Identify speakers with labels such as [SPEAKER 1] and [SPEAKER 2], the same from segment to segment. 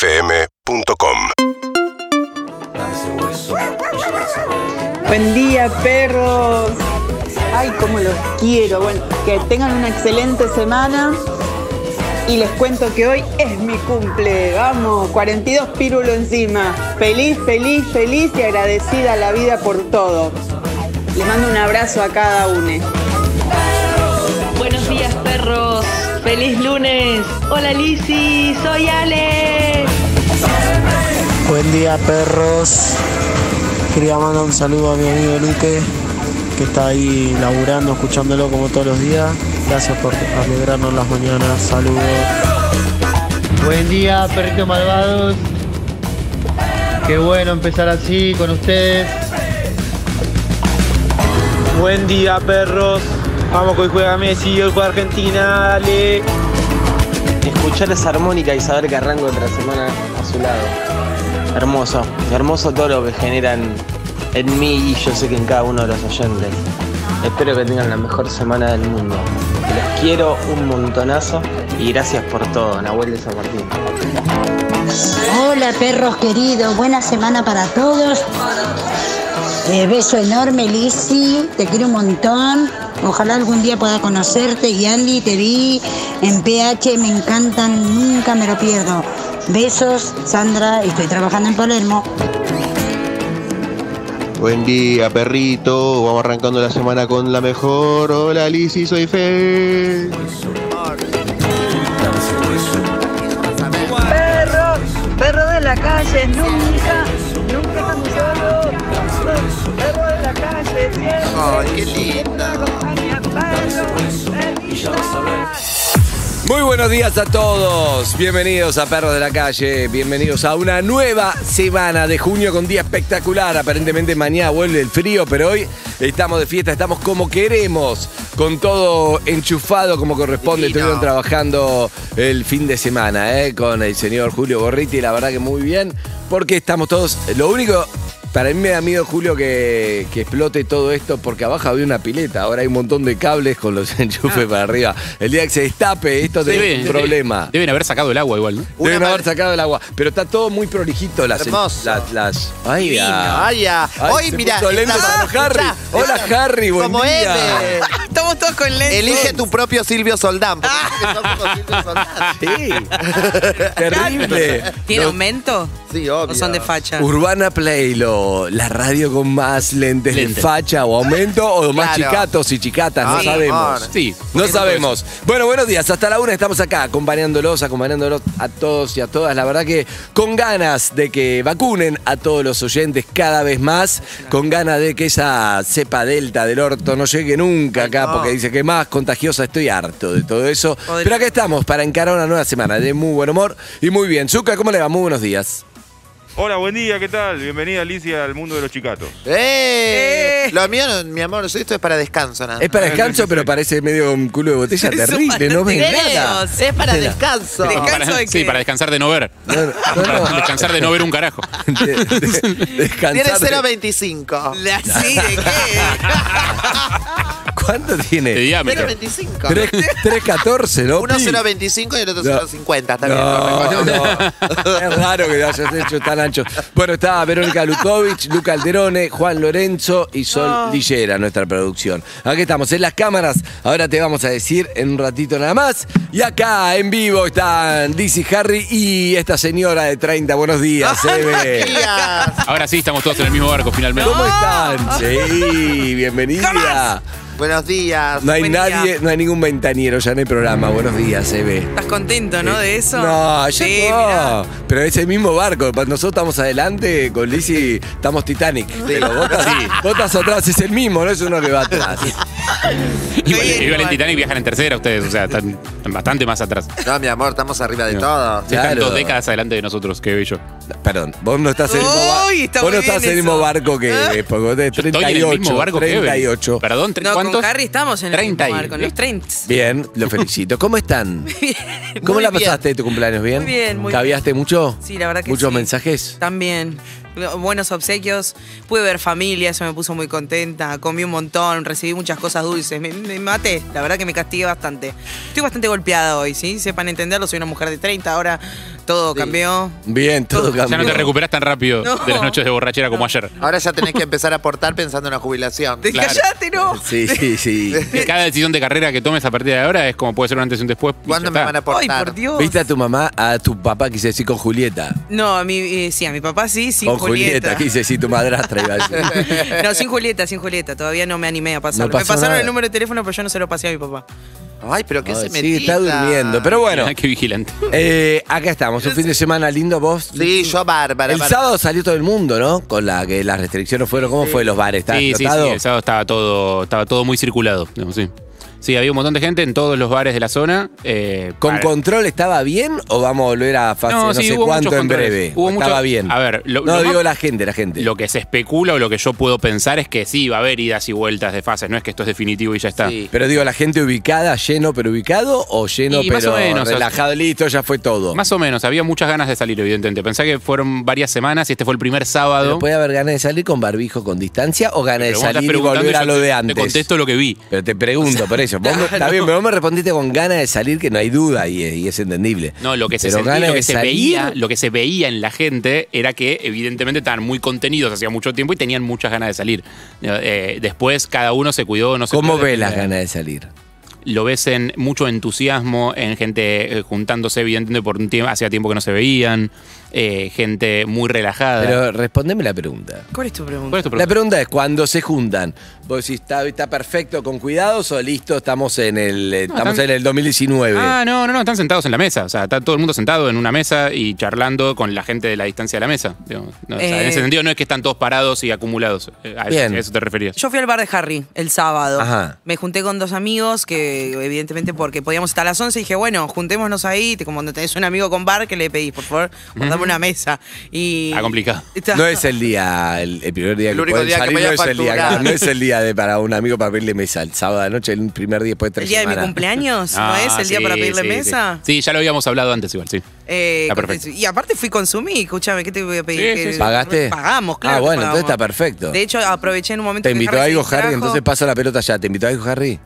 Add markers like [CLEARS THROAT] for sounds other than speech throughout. [SPEAKER 1] UrbanaPlayFM.com
[SPEAKER 2] Buen día, perros. Ay, cómo los quiero. Bueno, que tengan una excelente semana. Y les cuento que hoy es mi cumple. Vamos, 42 pirulo encima. Feliz, feliz, feliz y agradecida a la vida por todo. Les mando un abrazo a cada uno.
[SPEAKER 3] Buenos días, perros. Feliz lunes. Hola, Lisi. Soy Ale.
[SPEAKER 4] Buen día perros. Quería mandar un saludo a mi amigo Luque, que está ahí laburando, escuchándolo como todos los días. Gracias por alegrarnos las mañanas. Saludos.
[SPEAKER 5] Buen día, perritos malvados. Qué bueno empezar así con ustedes.
[SPEAKER 6] Buen día, perros. Vamos que hoy juega Messi, hoy juega Argentina, dale.
[SPEAKER 7] Escuchar esa armónica y saber que arranco otra semana a su lado. Hermoso, hermoso todo lo que generan en mí y yo sé que en cada uno de los oyentes. Espero que tengan la mejor semana del mundo. Los quiero un montonazo y gracias por todo, Nahuel de San Martín.
[SPEAKER 8] Hola perros queridos, buena semana para todos. Eh, beso enorme, Lizzy, te quiero un montón. Ojalá algún día pueda conocerte y Andy, te vi en PH, me encantan, nunca me lo pierdo. Besos, Sandra, estoy trabajando en Palermo.
[SPEAKER 9] Buen día, perrito. Vamos arrancando la semana con la mejor. Hola, Lizzy, soy Fe.
[SPEAKER 3] Perros. Perros de la calle. Nunca, nunca estamos solos. Perros de la calle. Ay, qué
[SPEAKER 10] Muy buenos días a todos. Bienvenidos a Perros de la Calle. Bienvenidos a una nueva semana de junio con día espectacular. Aparentemente mañana vuelve el frío, pero hoy estamos de fiesta, estamos como queremos, con todo enchufado como corresponde. Estuvieron trabajando el fin de semana ¿eh? con el señor Julio Borriti. La verdad que muy bien, porque estamos todos. Lo único. Para mí me da miedo, Julio, que, que explote todo esto, porque abajo había una pileta. Ahora hay un montón de cables con los [LAUGHS] enchufes
[SPEAKER 11] Ah.
[SPEAKER 10] para arriba. El día que se destape, esto tenés
[SPEAKER 11] Deben-
[SPEAKER 10] un problema.
[SPEAKER 11] Deben haber sacado el agua igual, ¿no?
[SPEAKER 10] Deben haber sacado el agua. Pero está todo muy prolijito. Las,
[SPEAKER 12] Hermoso.
[SPEAKER 10] Las, las- ay,
[SPEAKER 12] Divino,
[SPEAKER 10] ah.
[SPEAKER 12] ay, ah.
[SPEAKER 10] Ay,
[SPEAKER 12] Hoy,
[SPEAKER 10] se
[SPEAKER 12] mirá,
[SPEAKER 10] puso lento
[SPEAKER 12] está-
[SPEAKER 10] como Harry. Oh,
[SPEAKER 12] escuchá,
[SPEAKER 10] Hola,
[SPEAKER 12] escuchá.
[SPEAKER 10] Harry, buen
[SPEAKER 12] Como
[SPEAKER 10] día.
[SPEAKER 12] M.
[SPEAKER 2] Estamos todos con lentes.
[SPEAKER 12] Elige tu propio Silvio Soldán.
[SPEAKER 10] Ah.
[SPEAKER 12] porque dicen que son como Silvio Soldán. [LAUGHS]
[SPEAKER 10] Sí. Terrible.
[SPEAKER 2] ¿Tiene
[SPEAKER 10] No,
[SPEAKER 2] aumento?
[SPEAKER 12] Sí,
[SPEAKER 2] ¿O
[SPEAKER 12] obvio.
[SPEAKER 2] son de facha?
[SPEAKER 10] Urbana Play, lo- la radio con más lentes, de
[SPEAKER 11] Lentes.
[SPEAKER 10] facha o aumento o más
[SPEAKER 12] Claro.
[SPEAKER 10] chicatos y chicatas, no
[SPEAKER 12] Sí,
[SPEAKER 10] sabemos.
[SPEAKER 12] amor.
[SPEAKER 11] Sí.
[SPEAKER 10] No sabemos. Bueno, buenos días. Hasta la una estamos acá acompañándolos, acompañándolos a todos y a todas. La verdad que con ganas de que vacunen a todos los oyentes cada vez más, con ganas de que esa cepa delta del orto no llegue nunca acá, porque dice que más contagiosa estoy harto de todo eso.
[SPEAKER 2] Podría-
[SPEAKER 10] Pero acá estamos para encarar una nueva semana de muy buen humor y muy bien. Zuka, ¿cómo le va? Muy buenos días.
[SPEAKER 13] Hola, buen día, ¿qué tal? Bienvenida Alicia al mundo de los chicatos.
[SPEAKER 12] ¡Eh! Lo mío, no, mi amor, esto es para descanso. nada
[SPEAKER 10] Es para
[SPEAKER 11] Ah,
[SPEAKER 10] descanso, pero parece medio un culo de
[SPEAKER 12] [LAUGHS]
[SPEAKER 10] botella terrible, no ven nada.
[SPEAKER 12] más. Es para descanso.
[SPEAKER 2] Descanso
[SPEAKER 11] Para-
[SPEAKER 2] de
[SPEAKER 11] sí,
[SPEAKER 2] qué?
[SPEAKER 11] para descansar de no ver.
[SPEAKER 10] No, no,
[SPEAKER 11] Para
[SPEAKER 10] no.
[SPEAKER 11] descansar de no ver un carajo.
[SPEAKER 10] [LAUGHS] De-
[SPEAKER 12] [LAUGHS]
[SPEAKER 10] de- descansar
[SPEAKER 12] Tiene
[SPEAKER 10] de-
[SPEAKER 12] 0.25.
[SPEAKER 2] ¿La- ¿Sí? ¿De qué?
[SPEAKER 10] ¿Cuánto tiene?
[SPEAKER 11] De diámetro.
[SPEAKER 10] 3,
[SPEAKER 12] 0.25.
[SPEAKER 10] 3.14, ¿no?
[SPEAKER 12] Uno
[SPEAKER 10] Pi.
[SPEAKER 12] 0.25 y el otro
[SPEAKER 10] No.
[SPEAKER 12] 0.50. Está bien.
[SPEAKER 10] No,
[SPEAKER 12] lo reconozco.
[SPEAKER 10] no. [LAUGHS] Es raro que lo hayas hecho tan ancho. Bueno, está Verónica Lukovic, Luca Alderone, Juan Lorenzo y Sol Lillera, nuestra producción. Aquí estamos en las cámaras. Ahora te vamos a decir en un ratito nada más. Y acá en vivo están Dizzy Harry y esta señora de 30. Buenos días, Eve.
[SPEAKER 12] Días.
[SPEAKER 11] Ahora sí, estamos todos en el mismo barco finalmente.
[SPEAKER 10] ¿Cómo están? Sí, bienvenida.
[SPEAKER 12] Buenos días.
[SPEAKER 10] No hay
[SPEAKER 2] Buen día.
[SPEAKER 10] nadie, no hay ningún ventaniero ya en el programa. Buenos días, Eve.
[SPEAKER 2] ¿Estás contento, no? De eso.
[SPEAKER 10] No, yo
[SPEAKER 2] sí,
[SPEAKER 10] no.
[SPEAKER 2] mirá.
[SPEAKER 10] Pero es el mismo barco. Nosotros estamos adelante, con Lizzy estamos Titanic. Pero vos estás, vos estás atrás, es el mismo, no es uno que va atrás.
[SPEAKER 11] Igual,
[SPEAKER 2] Sí,
[SPEAKER 11] igual
[SPEAKER 2] igual.
[SPEAKER 11] en Titanic viajan en tercera ustedes, o sea, están están bastante más atrás. Sí,
[SPEAKER 12] No, mi amor, estamos arriba de todo.
[SPEAKER 11] Están
[SPEAKER 10] Claro.
[SPEAKER 11] dos décadas adelante de nosotros, que bello.
[SPEAKER 10] Perdón, vos no estás en el mismo, ba-
[SPEAKER 2] Uy, está
[SPEAKER 10] vos no
[SPEAKER 2] muy bien
[SPEAKER 10] estás en el mismo
[SPEAKER 2] eso. Ah.
[SPEAKER 10] barco que Eve, porque vos tenés
[SPEAKER 11] Yo estoy en el mismo
[SPEAKER 10] 38,
[SPEAKER 11] barco que Eben.
[SPEAKER 10] 38.
[SPEAKER 11] Perdón, tre-
[SPEAKER 2] No,
[SPEAKER 11] ¿cuántos?
[SPEAKER 2] con Harry estamos en el
[SPEAKER 11] 30
[SPEAKER 2] mismo
[SPEAKER 11] y-
[SPEAKER 2] barco, en los 30.
[SPEAKER 11] [LAUGHS]
[SPEAKER 10] Bien, lo felicito. ¿Cómo
[SPEAKER 2] [LAUGHS]
[SPEAKER 10] están? ¿Cómo
[SPEAKER 12] Muy
[SPEAKER 10] la
[SPEAKER 12] bien.
[SPEAKER 10] pasaste de tu cumpleaños? ¿Bien?
[SPEAKER 2] Muy bien, muy
[SPEAKER 10] ¿Caviaste mucho?
[SPEAKER 2] Sí, la verdad que
[SPEAKER 10] ¿Muchos
[SPEAKER 2] sí.
[SPEAKER 10] mensajes?
[SPEAKER 2] También. Lo- Buenos obsequios. Pude ver familia, eso me puso muy contenta. Comí un montón, recibí muchas cosas dulces. Me, me maté, la verdad que me castigué bastante. Estoy bastante golpeada hoy, ¿sí? Sepan entenderlo, soy una mujer de 30, ahora todo cambió.
[SPEAKER 10] Bien, todo
[SPEAKER 6] Ya no
[SPEAKER 10] cambió.
[SPEAKER 6] te recuperás tan rápido
[SPEAKER 2] No.
[SPEAKER 6] de las noches de borrachera como ayer.
[SPEAKER 12] Ahora ya tenés que empezar a aportar pensando en una jubilación.
[SPEAKER 2] Te
[SPEAKER 6] Claro.
[SPEAKER 2] ¡Cállate, no!
[SPEAKER 10] Sí, sí,
[SPEAKER 2] [LAUGHS]
[SPEAKER 10] sí.
[SPEAKER 6] Que Cada decisión de carrera que tomes a partir de ahora es como puede ser un antes y un después. ¿Cuándo me van a
[SPEAKER 2] Ay, por Dios.
[SPEAKER 10] ¿Viste a tu mamá, a tu papá, quise decir con Julieta?
[SPEAKER 2] No, a mi, eh, sí, a mi papá sí, sin
[SPEAKER 10] con Julieta,
[SPEAKER 2] Julieta.
[SPEAKER 10] quise decir tu madrastra, iba a
[SPEAKER 6] [LAUGHS]
[SPEAKER 10] decir.
[SPEAKER 2] no, sin Julieta, sin Julieta. Todavía no me animé a pasarlo. me
[SPEAKER 10] pasó
[SPEAKER 2] pasaron
[SPEAKER 10] nada.
[SPEAKER 2] el número de teléfono, pero yo no se lo pasé a mi papá.
[SPEAKER 12] Ay, pero qué
[SPEAKER 10] Ay,
[SPEAKER 12] se
[SPEAKER 10] sí,
[SPEAKER 12] metía.
[SPEAKER 10] está durmiendo. Pero bueno,
[SPEAKER 6] [LAUGHS] Qué vigilante.
[SPEAKER 10] eh, acá estamos. Un fin de semana lindo vos.
[SPEAKER 12] Sí, yo bárbara.
[SPEAKER 10] El
[SPEAKER 12] bárbara.
[SPEAKER 10] sábado salió todo el mundo, ¿no? Con la que las restricciones fueron. ¿Cómo fue los bares? ¿Estaban
[SPEAKER 6] Sí, sí, sí,
[SPEAKER 10] explotados?
[SPEAKER 6] el sábado estaba todo, estaba todo muy circulado. digamos, sí. sí, había un montón de gente en todos los bares de la zona. eh,
[SPEAKER 10] ¿Con
[SPEAKER 6] para-
[SPEAKER 10] control estaba bien o vamos a volver a fase no,
[SPEAKER 6] sí,
[SPEAKER 10] sé
[SPEAKER 6] hubo
[SPEAKER 10] cuánto
[SPEAKER 6] muchos
[SPEAKER 10] en
[SPEAKER 6] controles.
[SPEAKER 10] breve?
[SPEAKER 6] Hubo
[SPEAKER 10] estaba
[SPEAKER 6] mucho-
[SPEAKER 10] bien.
[SPEAKER 6] A ver, lo,
[SPEAKER 10] no,
[SPEAKER 6] lo
[SPEAKER 10] digo
[SPEAKER 6] más-
[SPEAKER 10] la gente, la gente.
[SPEAKER 6] lo que se especula o lo que yo puedo pensar es que sí, va a haber idas y vueltas de fases. No es que esto es definitivo y ya está.
[SPEAKER 10] Pero digo, la gente ubicada, lleno pero ubicado o lleno
[SPEAKER 6] Y más
[SPEAKER 10] pero
[SPEAKER 6] o menos, o sea-
[SPEAKER 10] relajado, listo, ya fue todo.
[SPEAKER 6] Más o menos, había muchas ganas de salir, evidentemente. Pensá que fueron varias semanas y este fue el primer sábado.
[SPEAKER 10] Pero puede haber ganas de salir con barbijo, con distancia o ganas de
[SPEAKER 6] Pero vos estás
[SPEAKER 10] salir y
[SPEAKER 6] preguntando
[SPEAKER 10] volver
[SPEAKER 6] y
[SPEAKER 10] a
[SPEAKER 6] yo
[SPEAKER 10] lo
[SPEAKER 6] te-
[SPEAKER 10] de
[SPEAKER 6] te
[SPEAKER 10] antes.
[SPEAKER 6] contesto lo que vi.
[SPEAKER 10] Pero te pregunto, por eso.
[SPEAKER 6] [LAUGHS]
[SPEAKER 10] Vos me- está bien, pero vos me respondiste con ganas de salir, que no hay duda y, es- y es entendible.
[SPEAKER 6] No, lo que se,
[SPEAKER 10] Pero
[SPEAKER 6] sentía,
[SPEAKER 10] ganas
[SPEAKER 6] lo
[SPEAKER 10] de
[SPEAKER 6] que se
[SPEAKER 10] salir-
[SPEAKER 6] veía, lo que se veía en la gente era que evidentemente estaban muy contenidos hacía mucho tiempo y tenían muchas ganas de salir. Eh, después cada uno se cuidó, no sé
[SPEAKER 10] ¿Cómo ves las ganas de salir?
[SPEAKER 6] Lo ves en mucho entusiasmo, en gente eh, juntándose evidentemente por un tiempo, hacía tiempo que no se veían, eh, gente muy relajada.
[SPEAKER 10] Pero respondeme la pregunta.
[SPEAKER 2] ¿Cuál es tu pregunta?
[SPEAKER 6] ¿Cuál es tu
[SPEAKER 10] La
[SPEAKER 6] pregunta?
[SPEAKER 10] pregunta es, cuando se juntan, vos decís, está, está perfecto, con cuidados o listo, estamos en el, eh,
[SPEAKER 6] No,
[SPEAKER 10] estamos
[SPEAKER 6] están-
[SPEAKER 10] en el 2019.
[SPEAKER 6] Ah, no, no, no, están sentados en la mesa. O sea, está todo el mundo sentado en una mesa y charlando con la gente de la distancia de la mesa. digamos. No, o sea, en
[SPEAKER 2] Eh.
[SPEAKER 6] ese sentido no es que están todos parados y acumulados. Eh, A eso,
[SPEAKER 10] Bien.
[SPEAKER 6] a eso te referías.
[SPEAKER 2] Yo fui al bar de Harry el sábado.
[SPEAKER 10] Ajá.
[SPEAKER 2] Me junté con dos amigos que, evidentemente, porque podíamos estar a las 11, dije, bueno, juntémonos ahí. te- Como cuando tenés un amigo con bar, que le pedís, por favor, guardame una mesa. Y.
[SPEAKER 6] Ah, complicado.
[SPEAKER 2] Está-
[SPEAKER 10] No es el día, el, el primer día
[SPEAKER 12] El
[SPEAKER 10] que
[SPEAKER 12] único
[SPEAKER 10] pueden
[SPEAKER 12] día que
[SPEAKER 10] salir,
[SPEAKER 12] voy a
[SPEAKER 10] no, es el día,
[SPEAKER 12] facturar.
[SPEAKER 10] no es el día de para un amigo para pedirle mesa, el sábado de la noche, el primer día después de tres
[SPEAKER 2] ¿El día de mi
[SPEAKER 10] semanas.
[SPEAKER 2] cumpleaños? ¿No
[SPEAKER 6] [LAUGHS] Ah,
[SPEAKER 2] es el día
[SPEAKER 6] sí,
[SPEAKER 2] para pedirle
[SPEAKER 6] sí,
[SPEAKER 2] mesa?
[SPEAKER 6] Sí. Sí, ya lo habíamos hablado antes igual, sí.
[SPEAKER 2] Eh,
[SPEAKER 6] Está perfecto.
[SPEAKER 2] Y aparte fui consumí, escúchame, ¿qué te voy a pedir?
[SPEAKER 6] Sí,
[SPEAKER 2] Que-
[SPEAKER 6] sí, sí.
[SPEAKER 10] ¿Pagaste?
[SPEAKER 2] Pagamos, claro.
[SPEAKER 10] Ah,
[SPEAKER 2] que
[SPEAKER 10] bueno, entonces
[SPEAKER 2] pagamos.
[SPEAKER 10] está perfecto.
[SPEAKER 2] De hecho, aproveché en un momento.
[SPEAKER 10] ¿Te
[SPEAKER 2] que
[SPEAKER 10] invitó a
[SPEAKER 2] Harry
[SPEAKER 10] algo,
[SPEAKER 2] se
[SPEAKER 10] Harry?
[SPEAKER 2] distrajo.
[SPEAKER 10] Entonces pasa la pelota ya. ¿Te invitó a algo, Harry?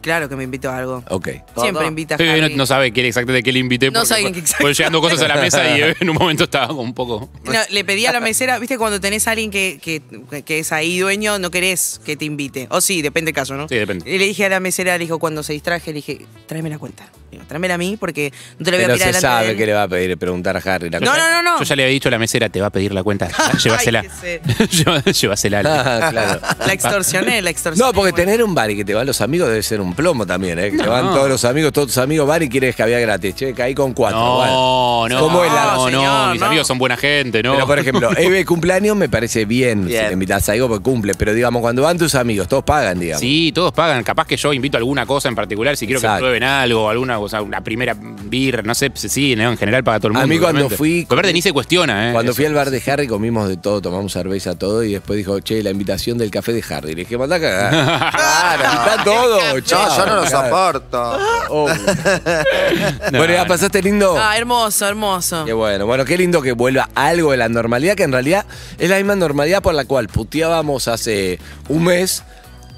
[SPEAKER 2] Claro que me invitó a algo.
[SPEAKER 10] Ok.
[SPEAKER 2] Siempre invita a
[SPEAKER 6] Sí,
[SPEAKER 2] Harry.
[SPEAKER 6] no, no sabe qué, exactamente qué le invité.
[SPEAKER 2] No
[SPEAKER 6] porque
[SPEAKER 2] sabe
[SPEAKER 6] fue-
[SPEAKER 2] qué
[SPEAKER 6] Fue llegando cosas a la
[SPEAKER 2] [LAUGHS]
[SPEAKER 6] mesa y en un momento estaba como un poco.
[SPEAKER 2] No, le pedí a la mesera, viste, cuando tenés a alguien que, que- que es ahí dueño, no querés que te invite. O sí, depende del caso, ¿no?
[SPEAKER 6] Sí, depende.
[SPEAKER 2] Y le dije a la mesera, le dijo, cuando se distraje, le dije, tráeme la cuenta. Digo, tráemela a mí porque no te la voy
[SPEAKER 10] Pero
[SPEAKER 2] a
[SPEAKER 10] se
[SPEAKER 2] mirar
[SPEAKER 10] sabe que le va a pedir preguntar a Harry la
[SPEAKER 2] No,
[SPEAKER 10] cosa.
[SPEAKER 2] no, no, no.
[SPEAKER 6] Yo ya le había dicho a la mesera, te va a pedir
[SPEAKER 2] [LAUGHS]
[SPEAKER 6] la cuenta. Ah, Llévasela.
[SPEAKER 2] Ay, que
[SPEAKER 6] [LAUGHS] Lleva- Llévasela.
[SPEAKER 10] [LAUGHS] Ah,
[SPEAKER 2] [LAUGHS]
[SPEAKER 10] claro.
[SPEAKER 2] La extorsioné, la extorsioné.
[SPEAKER 10] No, porque tener un bar y que te van los amigos debe ser un plomo también, ¿eh? Que
[SPEAKER 6] No.
[SPEAKER 10] van todos los amigos, todos tus amigos, bar y quieres que había gratis. Che, caí con cuatro. bueno.
[SPEAKER 6] No, no.
[SPEAKER 10] ¿Cómo es la-
[SPEAKER 6] No, no,
[SPEAKER 2] señor,
[SPEAKER 6] mis
[SPEAKER 2] no.
[SPEAKER 6] amigos son buena gente, ¿no?
[SPEAKER 10] Pero, por ejemplo, Eve cumpleaños me parece bien, si le invitas a algo porque cumple. Pero digamos, cuando van tus amigos, todos pagan, digamos.
[SPEAKER 6] [LAUGHS] Sí, todos pagan. Capaz que yo invito alguna cosa en particular, si quiero
[SPEAKER 10] Exacto.
[SPEAKER 6] que prueben algo, alguna o sea, una primera birra, no sé, sí, ¿no? en general paga todo el
[SPEAKER 10] A
[SPEAKER 6] mundo.
[SPEAKER 10] mí cuando
[SPEAKER 6] obviamente.
[SPEAKER 10] fui-
[SPEAKER 6] Pero aparte ni se cuestiona, ¿eh?
[SPEAKER 10] Cuando
[SPEAKER 6] Eso.
[SPEAKER 10] fui al bar de Harry comimos de todo, tomamos cerveza, todo, y después dijo, che, la invitación del café de Harry. Le dije, mandá a
[SPEAKER 6] [LAUGHS]
[SPEAKER 10] cagar. claro, está todo, chao.
[SPEAKER 12] No, yo no lo
[SPEAKER 10] Claro.
[SPEAKER 12] soporto.
[SPEAKER 10] Oh. bueno, ¿ya pasaste lindo?
[SPEAKER 2] Ah, hermoso, hermoso.
[SPEAKER 10] Qué bueno, bueno, qué lindo que vuelva algo de la normalidad, que en realidad es la misma normalidad por la cual puteábamos hace un mes.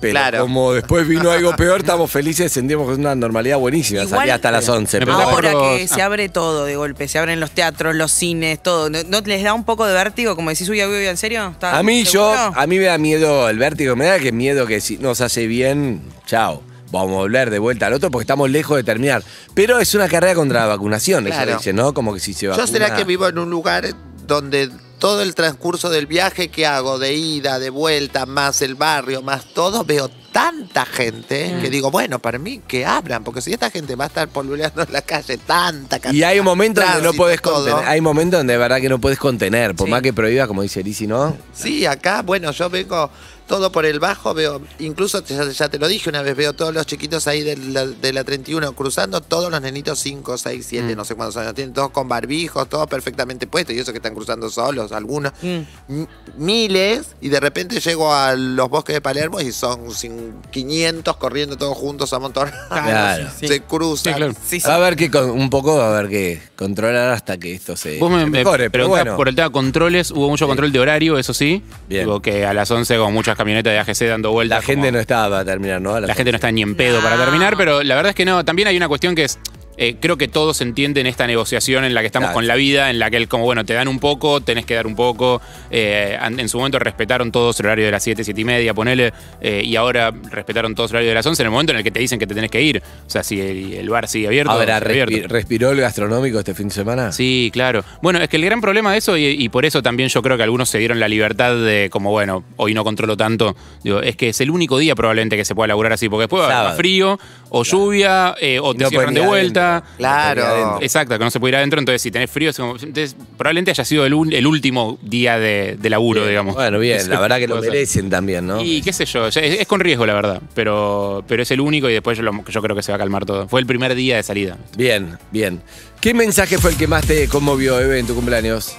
[SPEAKER 10] Pero
[SPEAKER 12] Claro.
[SPEAKER 10] como después vino algo peor, estamos felices, sentimos que es una normalidad buenísima.
[SPEAKER 2] Igual-
[SPEAKER 10] Salía hasta las 11.
[SPEAKER 6] Me
[SPEAKER 10] pero
[SPEAKER 6] preguntaba
[SPEAKER 10] bueno.
[SPEAKER 2] Ah, Ahora
[SPEAKER 6] por
[SPEAKER 2] que
[SPEAKER 6] los-
[SPEAKER 2] se abre todo de golpe, se abren los teatros, los cines, todo. ¿No, no les da un poco de vértigo? Como decís, uy, uy, uy, ¿en serio? ¿Está-
[SPEAKER 10] A mí yo,
[SPEAKER 2] seguro?
[SPEAKER 10] a mí me da miedo el vértigo, me da que miedo que si nos hace bien, chao. Vamos a volver de vuelta al otro porque estamos lejos de terminar. Pero es una carrera contra la vacunación, eso
[SPEAKER 12] Claro.
[SPEAKER 10] dice, ¿no? Como que si se vacuna.
[SPEAKER 12] Yo será que vivo en un lugar donde todo el transcurso del viaje que hago, de ida, de vuelta, más el barrio, más todo, veo tanta gente
[SPEAKER 11] Mm.
[SPEAKER 12] que digo, bueno, para mí que abran, porque si esta gente va a estar poluleando en la calle, tanta cantidad.
[SPEAKER 10] Y hay un momento donde no
[SPEAKER 12] tránsito,
[SPEAKER 10] podés
[SPEAKER 12] todo.
[SPEAKER 10] contener. Hay momentos donde de verdad que no puedes contener. Por
[SPEAKER 2] Sí.
[SPEAKER 10] más que prohíba, como dice Lisi, ¿no?
[SPEAKER 12] Sí, acá, bueno, yo vengo todo por el bajo, veo, incluso te- ya, ya te lo dije una vez, veo todos los chiquitos ahí de la, de la 31 cruzando, todos los nenitos 5, 6, 7, no sé cuántos años tienen, todos con barbijos, todos perfectamente puestos, y eso que están cruzando solos, algunos,
[SPEAKER 2] Mm.
[SPEAKER 12] m- miles, y de repente llego a los bosques de Palermo y son cin- 500 corriendo todos juntos amontonados,
[SPEAKER 10] Claro.
[SPEAKER 12] [LAUGHS]
[SPEAKER 2] sí, sí.
[SPEAKER 12] se cruzan.
[SPEAKER 6] Sí, claro.
[SPEAKER 2] Sí, sí.
[SPEAKER 10] Va a haber que con- un poco, va a haber que controlar hasta que esto se,
[SPEAKER 6] Vos me,
[SPEAKER 10] se
[SPEAKER 6] me
[SPEAKER 10] mejore. Eh, Pero
[SPEAKER 6] preguntás
[SPEAKER 10] bueno,
[SPEAKER 6] por el tema controles, hubo mucho control de horario, eso sí.
[SPEAKER 10] Bien.
[SPEAKER 6] Digo que a las 11 con muchas camionetas de AGC dando vueltas.
[SPEAKER 10] la gente
[SPEAKER 6] como-
[SPEAKER 10] no estaba para terminar, ¿no? A las
[SPEAKER 6] La gente no está ni en pedo para terminar, pero la verdad es que no. También hay una cuestión que es. eh, creo que todos entienden esta negociación en la que estamos
[SPEAKER 10] Claro.
[SPEAKER 6] con la vida, en la que él como, bueno, te dan un poco, tenés que dar un poco. Eh, an- en su momento respetaron todos el horario de las 7, 7 y media, ponele, eh, y ahora respetaron todos el horario de las 11 en el momento en el que te dicen que te tenés que ir. O sea, si el, el bar sigue abierto.
[SPEAKER 10] Ahora,
[SPEAKER 6] sigue abierto.
[SPEAKER 10] respi- ¿respiró el gastronómico este fin de semana?
[SPEAKER 6] Sí, claro. Bueno, es que el gran problema de eso, y, y por eso también yo creo que algunos se dieron la libertad de, como bueno, hoy no controlo tanto, digo, es que es el único día probablemente que se pueda laburar así, porque después va a haber
[SPEAKER 10] Sábado.
[SPEAKER 6] frío, o lluvia, eh, o te
[SPEAKER 10] No
[SPEAKER 6] cierran
[SPEAKER 10] pueden
[SPEAKER 6] de
[SPEAKER 10] ir
[SPEAKER 6] vuelta.
[SPEAKER 10] adentro. Claro. No pueden ir adentro.
[SPEAKER 6] Exacto, que no se puede ir adentro, entonces si tenés frío, es como- entonces, probablemente haya sido el, ul- el último día de, de laburo, digamos.
[SPEAKER 10] Bueno,
[SPEAKER 6] [LAUGHS]
[SPEAKER 10] bien, la verdad que lo
[SPEAKER 6] Puede ser.
[SPEAKER 10] merecen también, ¿no?
[SPEAKER 6] Y qué sé yo, ya es, es con riesgo la verdad, pero, pero es el único y después yo, lo- yo creo que se va a calmar todo. Fue el primer día de salida.
[SPEAKER 10] Bien, bien. ¿Qué mensaje fue el que más te conmovió, Eve, en tu cumpleaños?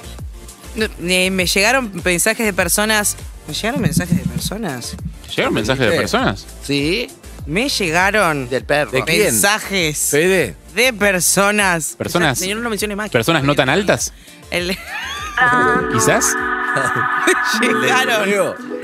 [SPEAKER 2] No, eh, me llegaron mensajes de personas. ¿Me llegaron mensajes de personas?
[SPEAKER 6] ¿Llegaron mensajes de personas?
[SPEAKER 2] Sí. Me llegaron. Del perro.
[SPEAKER 6] ¿De quién?
[SPEAKER 2] Mensajes.
[SPEAKER 10] ¿Fede?
[SPEAKER 2] De personas.
[SPEAKER 6] ¿Personas?
[SPEAKER 2] Señor, no lo menciones más.
[SPEAKER 6] ¿Personas no tan altas?
[SPEAKER 2] El- [LAUGHS]
[SPEAKER 6] ¿Quizás?
[SPEAKER 2] llegaron.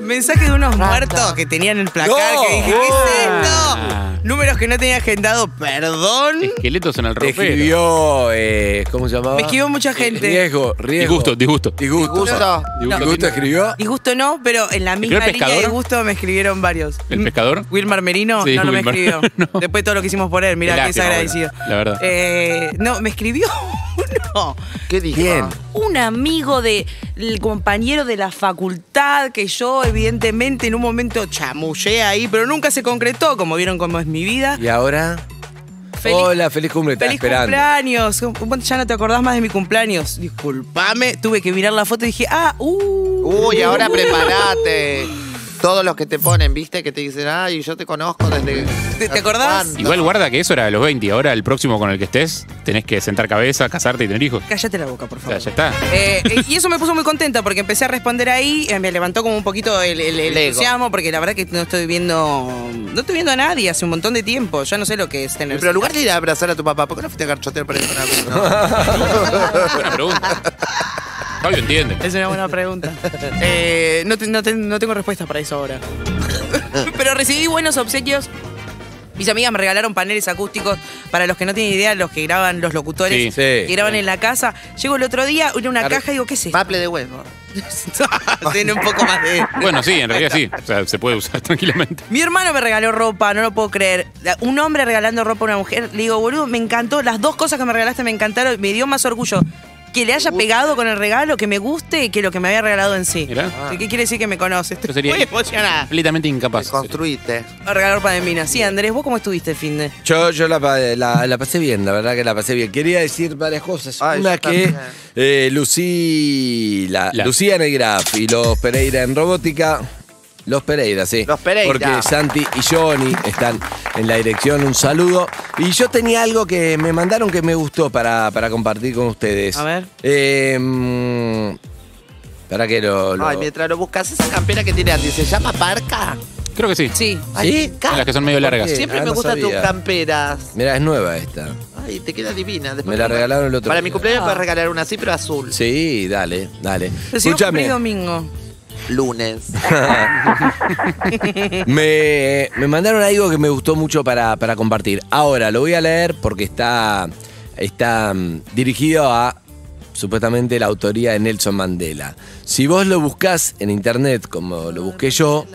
[SPEAKER 2] Mensajes de unos muertos que tenían en el placar.
[SPEAKER 6] No.
[SPEAKER 2] Que dije, ¿qué es
[SPEAKER 6] No. Ah.
[SPEAKER 2] esto? Números que no tenía agendado. Perdón.
[SPEAKER 6] Esqueletos en el
[SPEAKER 10] Te
[SPEAKER 6] ropero.
[SPEAKER 10] escribió, eh, ¿cómo se llamaba?
[SPEAKER 2] Me escribió mucha gente.
[SPEAKER 10] Riesgo, riesgo.
[SPEAKER 6] Disgusto, disgusto.
[SPEAKER 10] Disgusto.
[SPEAKER 2] Disgusto.
[SPEAKER 10] Disgusto,
[SPEAKER 2] No.
[SPEAKER 10] Disgusto escribió.
[SPEAKER 2] Disgusto no, pero en la
[SPEAKER 10] ¿Escribió
[SPEAKER 2] misma
[SPEAKER 10] el
[SPEAKER 2] línea
[SPEAKER 10] pescador?
[SPEAKER 2] de gusto me escribieron varios. Mm.
[SPEAKER 6] ¿El pescador?
[SPEAKER 2] Wilmar Merino
[SPEAKER 6] Sí,
[SPEAKER 2] no, no
[SPEAKER 6] Wilmar.
[SPEAKER 2] me
[SPEAKER 6] [LAUGHS]
[SPEAKER 2] escribió. Después de todo lo que hicimos por él, mirá
[SPEAKER 6] Qué
[SPEAKER 2] qué
[SPEAKER 6] lástima,
[SPEAKER 2] desagradecido.
[SPEAKER 6] bueno, la verdad.
[SPEAKER 2] Eh, no, me escribió [LAUGHS] uno.
[SPEAKER 12] ¿Qué dijo?
[SPEAKER 2] Un amigo del compañero de la facultad que yo evidentemente en un momento chamullé ahí, pero nunca se concretó, como vieron cómo es mi vida.
[SPEAKER 10] Y ahora.
[SPEAKER 2] Feliz-
[SPEAKER 10] Hola, feliz cumple, estás
[SPEAKER 2] Feliz
[SPEAKER 10] esperando.
[SPEAKER 2] cumpleaños. Bueno, Ya no te acordás más de mi cumpleaños. Disculpame, tuve que mirar la foto y dije, ah, uh. [LAUGHS]
[SPEAKER 12] Uy, ahora prepárate. Todos los que te ponen, viste, que te dicen, ay, yo te conozco desde. ¿Te,
[SPEAKER 2] acordás?
[SPEAKER 6] Igual guarda que eso era a los 20, ahora el próximo con el que estés tenés que sentar cabeza, casarte y tener hijos.
[SPEAKER 2] Cállate la boca, por
[SPEAKER 6] O
[SPEAKER 2] favor.
[SPEAKER 6] sea, ya está.
[SPEAKER 2] Eh, eh, y eso me puso muy contenta porque empecé a responder ahí, eh, me levantó como un poquito el, el- el
[SPEAKER 12] El ego.
[SPEAKER 2] entusiasmo porque la verdad que no estoy viendo no estoy viendo a nadie hace un montón de tiempo, ya no sé lo que es tener.
[SPEAKER 12] Pero en lugar de ir a abrazar a tu papá, ¿por qué no fuiste a garchotear para ir con alguno?
[SPEAKER 10] [LAUGHS]
[SPEAKER 6] Buena pregunta. Fabio entiende.
[SPEAKER 2] Es una buena pregunta. Eh, no, te- no te- no tengo respuesta para eso ahora. [LAUGHS] Pero recibí buenos obsequios. Mis amigas me regalaron paneles acústicos para los que no tienen idea, los que graban los locutores,
[SPEAKER 10] Sí, sí.
[SPEAKER 2] que graban en la casa. Llego el otro día, era una caja y digo, ¿qué es esto?
[SPEAKER 12] Maple de huevo.
[SPEAKER 2] [LAUGHS]
[SPEAKER 12] [LAUGHS]
[SPEAKER 2] Tiene un poco más de.
[SPEAKER 6] Bueno, sí, en realidad sí. O sea, se puede usar [LAUGHS] tranquilamente.
[SPEAKER 2] Mi hermano me regaló ropa, no lo puedo creer. Un hombre regalando ropa a una mujer. Le digo, boludo, me encantó. Las dos cosas que me regalaste me encantaron. Me dio más orgullo que le
[SPEAKER 12] Uh.
[SPEAKER 2] haya pegado con el regalo, que me guste, que lo que me había regalado en sí.
[SPEAKER 6] Mirá.
[SPEAKER 2] Así que quiere decir que me conoces? Estoy
[SPEAKER 6] Yo sería
[SPEAKER 2] muy emocionada.
[SPEAKER 6] completamente incapaz.
[SPEAKER 12] Construiste.
[SPEAKER 2] A regalar para de mina. Sí, Andrés, ¿vos cómo estuviste el fin de?
[SPEAKER 10] Yo, yo la, pa- la- la pasé bien, la verdad que la pasé bien. Quería decir varias cosas.
[SPEAKER 12] Ay,
[SPEAKER 10] Una
[SPEAKER 12] Ah, yo
[SPEAKER 10] que
[SPEAKER 12] también.
[SPEAKER 10] eh, Lucí- la-
[SPEAKER 12] La.
[SPEAKER 10] Lucía en el Graf y los Pereira en Robótica. Los Pereira, sí. Los
[SPEAKER 12] Pereira.
[SPEAKER 10] Porque Santi y Johnny están en la dirección. Un saludo. Y yo tenía algo que me mandaron que me gustó para, para compartir con ustedes.
[SPEAKER 12] A ver.
[SPEAKER 10] para que lo. lo-
[SPEAKER 12] Ay, mientras lo buscas, esa campera que tiene Andy, ¿se llama Parca?
[SPEAKER 6] Creo que sí.
[SPEAKER 2] Sí.
[SPEAKER 10] ¿Sí?
[SPEAKER 6] Son las que son medio largas.
[SPEAKER 12] Siempre
[SPEAKER 10] Ah,
[SPEAKER 12] me
[SPEAKER 10] no
[SPEAKER 12] gustan tus
[SPEAKER 10] sabía.
[SPEAKER 12] camperas.
[SPEAKER 10] Mirá, es nueva esta.
[SPEAKER 12] Ay, te queda divina. Después
[SPEAKER 10] Me la regalaron el otro
[SPEAKER 12] Para
[SPEAKER 10] día.
[SPEAKER 12] mi cumpleaños me
[SPEAKER 10] Ah.
[SPEAKER 12] puedes regalar una así, pero azul.
[SPEAKER 10] Sí, dale, dale.
[SPEAKER 2] el
[SPEAKER 10] Escúchame.
[SPEAKER 2] domingo.
[SPEAKER 12] Lunes.
[SPEAKER 10] me, me mandaron algo que me gustó mucho para, para compartir. Ahora lo voy a leer porque está, está mm, dirigido a supuestamente la autoría de Nelson Mandela. Si vos lo buscás en internet como lo busqué yo,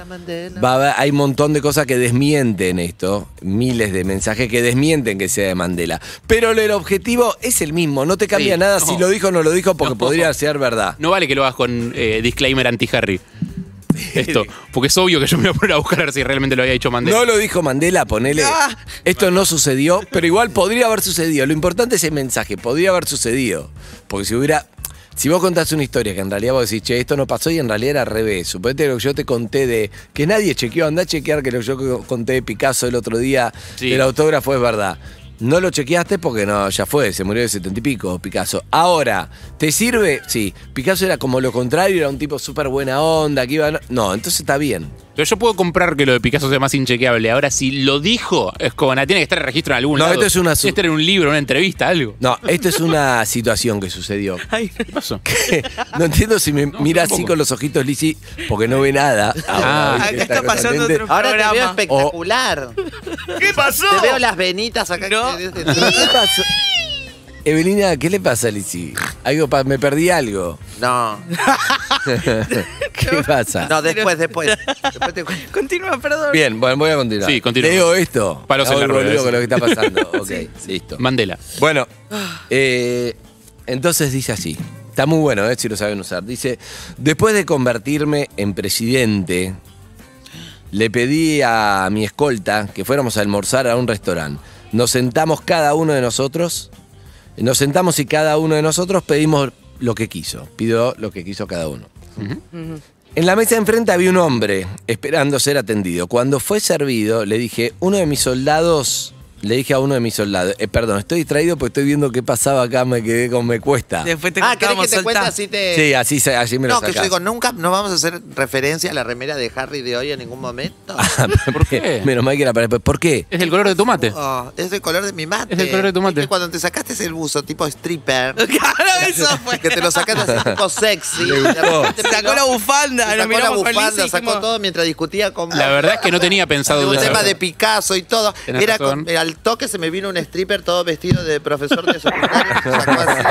[SPEAKER 10] va a haber- hay un montón de cosas que desmienten esto, miles de mensajes que desmienten que sea de Mandela. Pero el objetivo es el mismo, no te cambia
[SPEAKER 6] Sí,
[SPEAKER 10] nada
[SPEAKER 6] no.
[SPEAKER 10] si lo dijo o no lo dijo porque podría ser verdad.
[SPEAKER 6] No vale que lo hagas con eh, disclaimer anti-Harry.
[SPEAKER 10] [LAUGHS]
[SPEAKER 6] Esto. Porque es obvio que yo me voy a poner a buscar a ver si realmente lo había dicho Mandela. Ah.
[SPEAKER 10] No lo dijo Mandela, ponele. Esto no sucedió, pero igual podría haber sucedido. Lo importante es el mensaje, podría haber sucedido. Porque si hubiera. Si vos contás una historia que en realidad vos decís, che, esto no pasó y en realidad era al revés. Suponete lo que yo te conté de. que nadie chequeó, andá a chequear que lo que yo conté de Picasso el otro día
[SPEAKER 6] Sí.
[SPEAKER 10] del autógrafo es verdad. No lo chequeaste porque no, ya fue, se murió de setenta y pico Picasso. Ahora, ¿te sirve? Sí, Picasso era como lo contrario, era un tipo súper buena onda, que iba. No, entonces está bien.
[SPEAKER 6] Pero yo puedo comprar que lo de Picasso sea más inchequeable. Ahora, si lo dijo, es como, nah, tiene que estar en registro en algún
[SPEAKER 10] No,
[SPEAKER 6] lado.
[SPEAKER 10] esto es una su-
[SPEAKER 6] Tiene que estar en un libro, una entrevista, algo.
[SPEAKER 10] No, esto es una situación que
[SPEAKER 6] [LAUGHS]
[SPEAKER 10] sucedió.
[SPEAKER 6] ¿Qué pasó?
[SPEAKER 10] No entiendo si me mira así con los ojitos Lizzy porque no ve nada.
[SPEAKER 6] Ah,
[SPEAKER 10] Ahora,
[SPEAKER 6] acá
[SPEAKER 10] ¿viste?
[SPEAKER 6] está
[SPEAKER 10] Está
[SPEAKER 6] pasando
[SPEAKER 10] contente.
[SPEAKER 12] Ahora te veo espectacular.
[SPEAKER 14] [LAUGHS] ¿Qué pasó?
[SPEAKER 12] Te veo las venitas acá.
[SPEAKER 10] Ah, ¿Qué pasó? Evelina, ¿qué le pasa a Lizzy? Algo pa- me perdí
[SPEAKER 6] [LAUGHS]
[SPEAKER 10] algo.
[SPEAKER 12] No.
[SPEAKER 10] ¿Qué pasa?
[SPEAKER 12] No, después, después. Después
[SPEAKER 6] [LAUGHS]
[SPEAKER 12] te
[SPEAKER 2] Continúa, perdón.
[SPEAKER 10] Bien, bueno, voy a continuar.
[SPEAKER 6] Sí, continúa.
[SPEAKER 10] Leo esto.
[SPEAKER 6] Palos
[SPEAKER 10] Me
[SPEAKER 6] en la
[SPEAKER 10] hago el
[SPEAKER 6] rueda,
[SPEAKER 10] boludo con lo que está
[SPEAKER 6] sí.
[SPEAKER 10] pasando.
[SPEAKER 6] [LAUGHS]
[SPEAKER 10] Ok, listo. Mandela. Bueno, eh, entonces dice así. Está muy bueno, eh, si lo saben usar. Dice, después de convertirme en presidente, le pedí a mi escolta que fuéramos a almorzar a un restaurante. Nos sentamos cada uno de nosotros. Nos sentamos y cada uno de nosotros pedimos lo que quiso. Pidió lo que quiso cada uno. En la mesa de enfrente había un hombre esperando ser atendido. Cuando fue servido, le dije, uno de mis soldados, le dije a uno de mis soldados, eh, perdón, estoy distraído porque estoy viendo qué pasaba acá, me quedé con me cuesta.
[SPEAKER 2] Después te
[SPEAKER 12] Ah, ¿querés que
[SPEAKER 2] contamos,
[SPEAKER 12] te cuente
[SPEAKER 2] soltá.
[SPEAKER 12] así te.?
[SPEAKER 10] Sí, así, se- así me lo
[SPEAKER 12] no, que yo
[SPEAKER 10] sacás. [LAUGHS]
[SPEAKER 12] digo, nunca no vamos a hacer referencia a la remera de Harry de hoy en ningún
[SPEAKER 6] [LAUGHS]
[SPEAKER 12] momento.
[SPEAKER 10] ¿Por qué? Menos mal que era para después. ¿Por qué?
[SPEAKER 6] Es del color de tomate.
[SPEAKER 12] Oh, es el color de mi mate.
[SPEAKER 6] Es el color de tu mate.
[SPEAKER 12] Es que cuando te sacaste el buzo tipo stripper,
[SPEAKER 2] Claro, [LAUGHS]
[SPEAKER 12] [LAUGHS]
[SPEAKER 2] eso fue. [LAUGHS]
[SPEAKER 12] que te lo sacaste así tipo
[SPEAKER 6] [LAUGHS]
[SPEAKER 12] sexy.
[SPEAKER 10] Le gustó.
[SPEAKER 2] Sacó la bufanda,
[SPEAKER 12] Sacó
[SPEAKER 2] lo
[SPEAKER 12] la
[SPEAKER 2] miramos con
[SPEAKER 12] bufanda,
[SPEAKER 2] Lizzy y
[SPEAKER 12] sacó
[SPEAKER 2] dijimos-
[SPEAKER 12] todo mientras discutía con
[SPEAKER 6] La verdad es que no tenía pensado
[SPEAKER 12] un
[SPEAKER 6] eso.
[SPEAKER 12] tema de Picasso y todo.
[SPEAKER 6] Tenés
[SPEAKER 12] Era
[SPEAKER 6] razón.
[SPEAKER 12] con- al toque se me vino un stripper todo vestido de profesor de secundaria. me sacó así,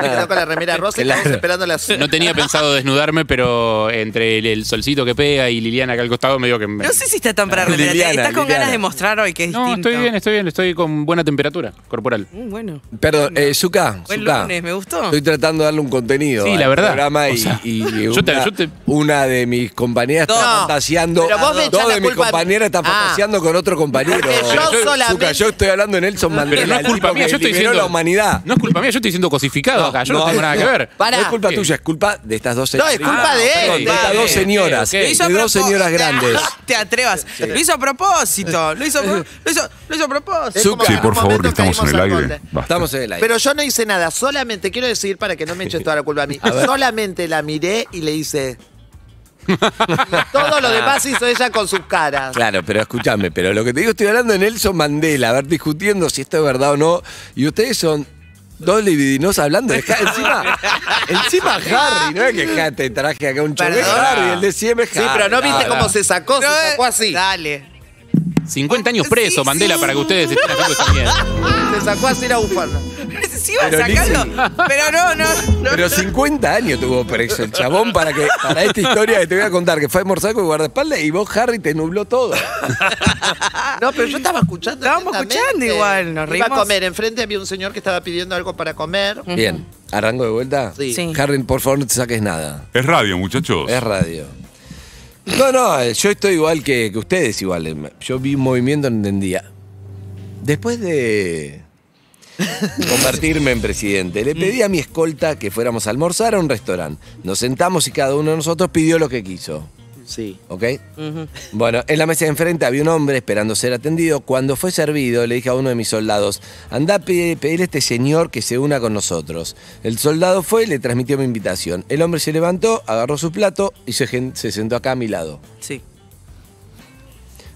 [SPEAKER 12] me quedó con la remera rosa y estamos esperando las.
[SPEAKER 6] No tenía pensado desnudarme, pero entre el, el solcito que pega y Liliana acá al costado me digo que me...
[SPEAKER 2] No sé si está tan para repetir. Estás
[SPEAKER 6] Liliana,
[SPEAKER 2] con
[SPEAKER 6] Liliana.
[SPEAKER 2] ganas de mostrar hoy que es
[SPEAKER 6] No,
[SPEAKER 2] distinto.
[SPEAKER 6] estoy bien, estoy bien, estoy con buena temperatura corporal.
[SPEAKER 2] Mm, Bueno.
[SPEAKER 10] Perdón, eh, Zucca,
[SPEAKER 2] Buen
[SPEAKER 10] Zucca.
[SPEAKER 2] lunes, me gustó.
[SPEAKER 10] Estoy tratando de darle un contenido.
[SPEAKER 6] Sí,
[SPEAKER 10] al
[SPEAKER 6] la verdad.
[SPEAKER 10] Programa y,
[SPEAKER 6] O sea,
[SPEAKER 10] y
[SPEAKER 6] [LAUGHS] yo te-
[SPEAKER 10] una,
[SPEAKER 6] yo te-
[SPEAKER 10] una de mis compañeras
[SPEAKER 12] No,
[SPEAKER 10] está fantaseando.
[SPEAKER 12] pero vos me echás
[SPEAKER 10] Dos
[SPEAKER 12] la
[SPEAKER 10] de mis
[SPEAKER 12] culpa a mí.
[SPEAKER 10] compañeras están
[SPEAKER 12] Ah.
[SPEAKER 10] fantaseando con otro compañero.
[SPEAKER 12] Porque [LAUGHS] yo
[SPEAKER 10] Pero Zucca,
[SPEAKER 12] solamente-
[SPEAKER 10] yo estoy hablando de Nelson Mandela.
[SPEAKER 6] Pero no es
[SPEAKER 10] el tipo
[SPEAKER 6] culpa mía,
[SPEAKER 10] que
[SPEAKER 6] yo estoy
[SPEAKER 10] liberó
[SPEAKER 6] diciendo.
[SPEAKER 10] la humanidad.
[SPEAKER 6] No es culpa mía, yo estoy diciendo cosificado acá, yo no, tengo nada que ver.
[SPEAKER 10] No es culpa tuya, es culpa de estas dos
[SPEAKER 12] No,
[SPEAKER 10] señoras.
[SPEAKER 12] es culpa de él.
[SPEAKER 10] de estas dos señoras.
[SPEAKER 2] Lo hizo a
[SPEAKER 10] De dos
[SPEAKER 2] propósito.
[SPEAKER 10] señoras
[SPEAKER 2] [LAUGHS]
[SPEAKER 10] grandes.
[SPEAKER 2] Te atrevas. Lo hizo a propósito. Lo hizo, a
[SPEAKER 12] [LAUGHS]
[SPEAKER 2] pro- lo hizo, lo hizo a propósito.
[SPEAKER 12] Zucca. Sí, por favor, que estamos en el aire.
[SPEAKER 10] Estamos en el aire.
[SPEAKER 12] Pero yo no hice nada, solamente quiero decir para que no me eche toda la culpa a mí.
[SPEAKER 10] A ver.
[SPEAKER 12] solamente la miré y le hice. Y todo lo demás hizo ella con sus caras.
[SPEAKER 10] Claro, pero escúchame, pero lo que te digo, estoy hablando de Nelson Mandela, a ver, discutiendo si esto es verdad o no. Y ustedes son dos libidinos hablando de Ja- encima, encima Harry, no es que Ja- te traje acá un chorro. Es
[SPEAKER 12] Perdón.
[SPEAKER 10] Harry, el de siempre es
[SPEAKER 12] Sí,
[SPEAKER 10] Harry.
[SPEAKER 12] pero no viste
[SPEAKER 10] Ah,
[SPEAKER 12] cómo se sacó, se
[SPEAKER 2] No, eh,
[SPEAKER 12] sacó así.
[SPEAKER 2] Dale. [LAUGHS]
[SPEAKER 6] 50 años preso, Mandela, para que ustedes estén haciendo esta mierda.
[SPEAKER 12] Se sacó así la bufanda.
[SPEAKER 2] Sí, iba a
[SPEAKER 10] Pero
[SPEAKER 2] sacarlo. Pero no, no. no.
[SPEAKER 10] Pero 50 años tuvo preso el chabón para que para esta historia que te voy a contar, que fue a almorzar con guardaespaldas y vos, Harry, te nubló todo.
[SPEAKER 12] No, pero yo estaba escuchando.
[SPEAKER 2] Estábamos
[SPEAKER 12] atentamente.
[SPEAKER 2] escuchando igual, nos
[SPEAKER 12] Iba
[SPEAKER 2] reímos.
[SPEAKER 12] a comer, enfrente había un señor que estaba pidiendo algo para comer.
[SPEAKER 10] Bien, ¿arranco de vuelta?
[SPEAKER 12] Sí. Sí.
[SPEAKER 10] Harry, por favor, no te saques nada.
[SPEAKER 14] Es radio, muchachos.
[SPEAKER 10] Es radio. No, no, yo estoy igual que, que ustedes, igual. Eh, Yo vi un movimiento, no entendía. Después
[SPEAKER 12] [LAUGHS]
[SPEAKER 10] de convertirme en presidente, le pedí a mi escolta que fuéramos a almorzar a un restaurante. Nos sentamos y cada uno de nosotros pidió lo que quiso.
[SPEAKER 12] Sí.
[SPEAKER 10] ¿Ok? Bueno, en la mesa de enfrente había un hombre esperando ser atendido. Cuando fue servido, le dije a uno de mis soldados, anda a pe- pedirle a este señor que se una con nosotros. El soldado fue y le transmitió mi invitación. El hombre se levantó, agarró su plato y se, gen- se sentó acá a mi lado.
[SPEAKER 2] Sí.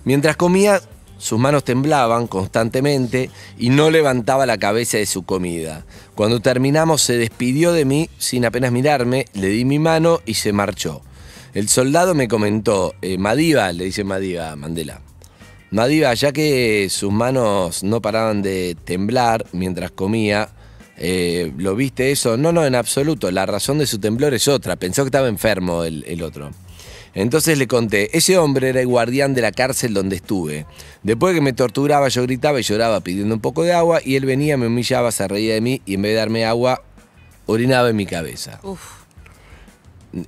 [SPEAKER 10] Mientras comía, sus manos temblaban constantemente y no levantaba la cabeza de su comida. Cuando terminamos, se despidió de mí sin apenas mirarme, le di mi mano y se marchó. El soldado me comentó, eh, Madiba, le dice Madiba a Mandela. Madiba, ya que sus manos no paraban de temblar mientras comía, eh, ¿lo viste eso? No, no, en absoluto. La razón de su temblor es otra. Pensó que estaba enfermo el, el otro. Entonces le conté, ese hombre era el guardián de la cárcel donde estuve. Después que me torturaba, yo gritaba y lloraba pidiendo un poco de agua y él venía, me humillaba, se reía de mí y en vez de darme agua, orinaba en mi cabeza.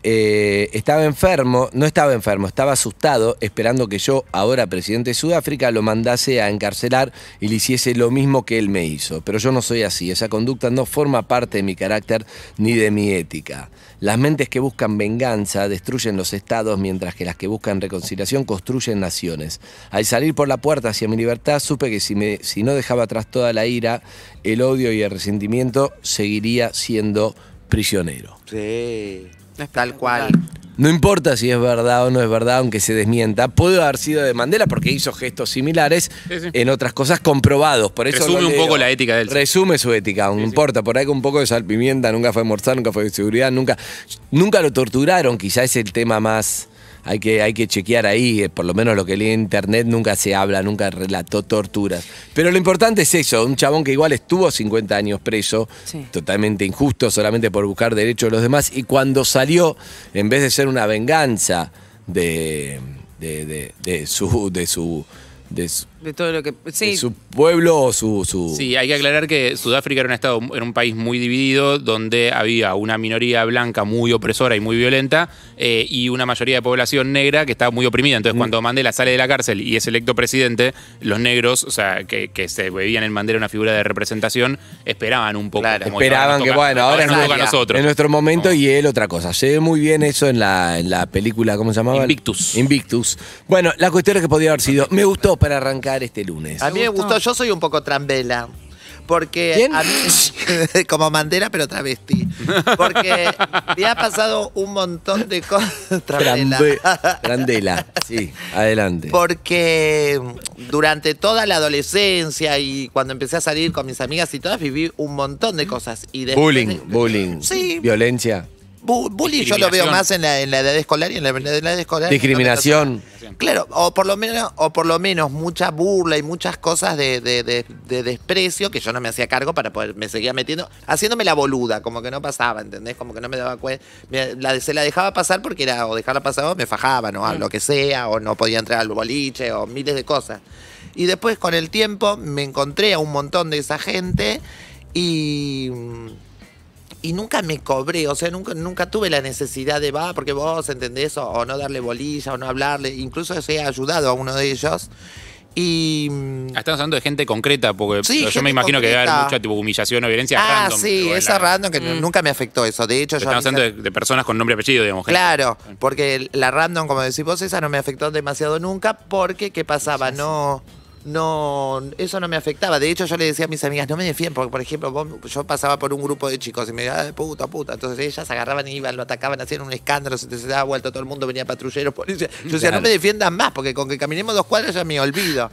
[SPEAKER 10] Eh, estaba enfermo, no estaba enfermo, estaba asustado, esperando que yo, ahora presidente de Sudáfrica, lo mandase a encarcelar y le hiciese lo mismo que él me hizo. Pero yo no soy así, esa conducta no forma parte de mi carácter ni de mi ética. Las mentes que buscan venganza destruyen los estados, mientras que las que buscan reconciliación construyen naciones. Al salir por la puerta hacia mi libertad, supe que si, me- si no dejaba atrás toda la ira, el odio y el resentimiento, seguiría siendo prisionero.
[SPEAKER 12] Sí. Tal cual.
[SPEAKER 10] No importa si es verdad o no es verdad, aunque se desmienta. Pudo haber sido de Mandela porque hizo gestos similares
[SPEAKER 6] Sí, sí.
[SPEAKER 10] en otras cosas comprobados. Por eso
[SPEAKER 6] Resume
[SPEAKER 10] lo
[SPEAKER 6] un
[SPEAKER 10] leo.
[SPEAKER 6] poco la ética de él.
[SPEAKER 10] Resume su ética, no importa. Por ahí con un poco de salpimienta, nunca fue a almorzar, nunca fue de seguridad, nunca, nunca lo torturaron. Quizá es el tema más Hay que, hay que chequear ahí, eh, por lo menos lo que lee en internet nunca se habla, nunca relató torturas. Pero lo importante es eso, un chabón que igual estuvo 50 años preso, totalmente injusto, solamente por buscar derechos de los demás, y cuando salió, en vez de ser una venganza de, de, de- de su... De su de su,
[SPEAKER 2] De todo lo que. Sí.
[SPEAKER 10] de su pueblo o su, su-
[SPEAKER 6] Sí, hay que aclarar que Sudáfrica era un estado, era un país muy dividido, donde había una minoría blanca muy opresora y muy violenta, eh, y una mayoría de población negra que estaba muy oprimida. Entonces, cuando Mandela sale de la cárcel y es electo presidente, los negros, o sea, que, que se veían en Mandela una figura de representación, esperaban un poco. como,
[SPEAKER 10] Esperaban
[SPEAKER 6] "Ahora nos
[SPEAKER 10] que,
[SPEAKER 6] toca-
[SPEAKER 10] bueno, ahora es
[SPEAKER 6] nos toca a
[SPEAKER 10] nuestro-
[SPEAKER 6] nosotros.
[SPEAKER 10] es nuestro momento y él otra cosa. Se ve muy bien eso en la, en la película, ¿cómo se llamaba? Invictus. Invictus. Bueno, la cuestión es que podía haber sido. Me gustó para arrancar este lunes.
[SPEAKER 12] A mí me gustó, yo soy un poco trambela. Porque a
[SPEAKER 2] [LAUGHS]
[SPEAKER 12] mí- como bandera pero travesti. Porque me ha pasado un montón de cosas. [LAUGHS] Trambela.
[SPEAKER 10] Trambe- Trandela, sí, adelante.
[SPEAKER 12] [LAUGHS] Porque durante toda la adolescencia y cuando empecé a salir con mis amigas y todas, viví un montón de cosas. Y después-
[SPEAKER 10] Bullying, bullying.
[SPEAKER 12] Sí.
[SPEAKER 10] Violencia.
[SPEAKER 12] Bu- bullying yo lo veo
[SPEAKER 10] Discriminación.
[SPEAKER 12] más en la, en la edad escolar y en la, en la edad escolar.
[SPEAKER 10] Discriminación.
[SPEAKER 12] Claro, o por lo menos, o por lo menos mucha burla y muchas cosas de, de- de- de desprecio que yo no me hacía cargo para poder, me seguía metiendo, haciéndome la boluda, como que no pasaba, ¿entendés? Como que no me daba cuenta. Me- la- se la dejaba pasar porque era o dejarla pasar o me fajaban o a
[SPEAKER 10] Mm.
[SPEAKER 12] lo que sea, o no podía entrar al boliche, o miles de cosas. Y después con el tiempo me encontré a un montón de esa gente y mm, y nunca me cobré, o sea, nunca, nunca tuve la necesidad de, va, porque vos entendés, o, o no darle bolilla, o no hablarle, incluso he ayudado a uno de ellos. Y mm,
[SPEAKER 6] Ah, Estamos hablando de gente concreta, porque
[SPEAKER 12] Sí,
[SPEAKER 6] yo
[SPEAKER 12] gente
[SPEAKER 6] me imagino que debe
[SPEAKER 12] concreta.
[SPEAKER 6] haber mucha tipo, humillación o violencia
[SPEAKER 12] Ah,
[SPEAKER 6] random.
[SPEAKER 12] sí,
[SPEAKER 6] digo, en
[SPEAKER 12] esa
[SPEAKER 6] la- Mm.
[SPEAKER 12] random que nunca me afectó eso. De hecho, yo. a
[SPEAKER 6] Estamos
[SPEAKER 12] mis
[SPEAKER 6] hablando de, de personas con nombre y apellido, digamos. gente.
[SPEAKER 12] Claro, porque la random, como decís vos, esa no me afectó demasiado nunca, porque ¿qué pasaba? No, no, eso no me afectaba. De hecho, yo le decía a mis amigas, no me defiendan, porque por ejemplo, vos- yo pasaba por un grupo de chicos y me decían, "Ay, puta, puta. Entonces ellas agarraban y iban, lo atacaban, hacían un escándalo, se te daba vuelta todo el mundo, venía patrullero, policía. Yo decía,
[SPEAKER 14] Claro.
[SPEAKER 12] no me defiendan más, porque con que caminemos dos cuadras ya me olvido.